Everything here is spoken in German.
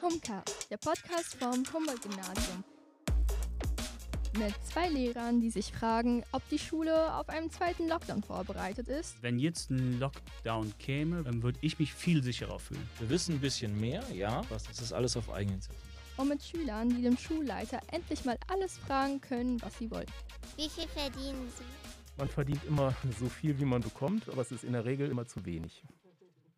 Homecast, der Podcast vom Humboldt-Gymnasium. Mit zwei Lehrern, die sich fragen, ob die Schule auf einen zweiten Lockdown vorbereitet ist. Wenn jetzt ein Lockdown käme, dann würde ich mich viel sicherer fühlen. Wir wissen ein bisschen mehr, ja, aber das ist alles auf Eigeninitiative. Und mit Schülern, die dem Schulleiter endlich mal alles fragen können, was sie wollen. Wie viel verdienen Sie? Man verdient immer so viel, wie man bekommt, aber es ist in der Regel immer zu wenig.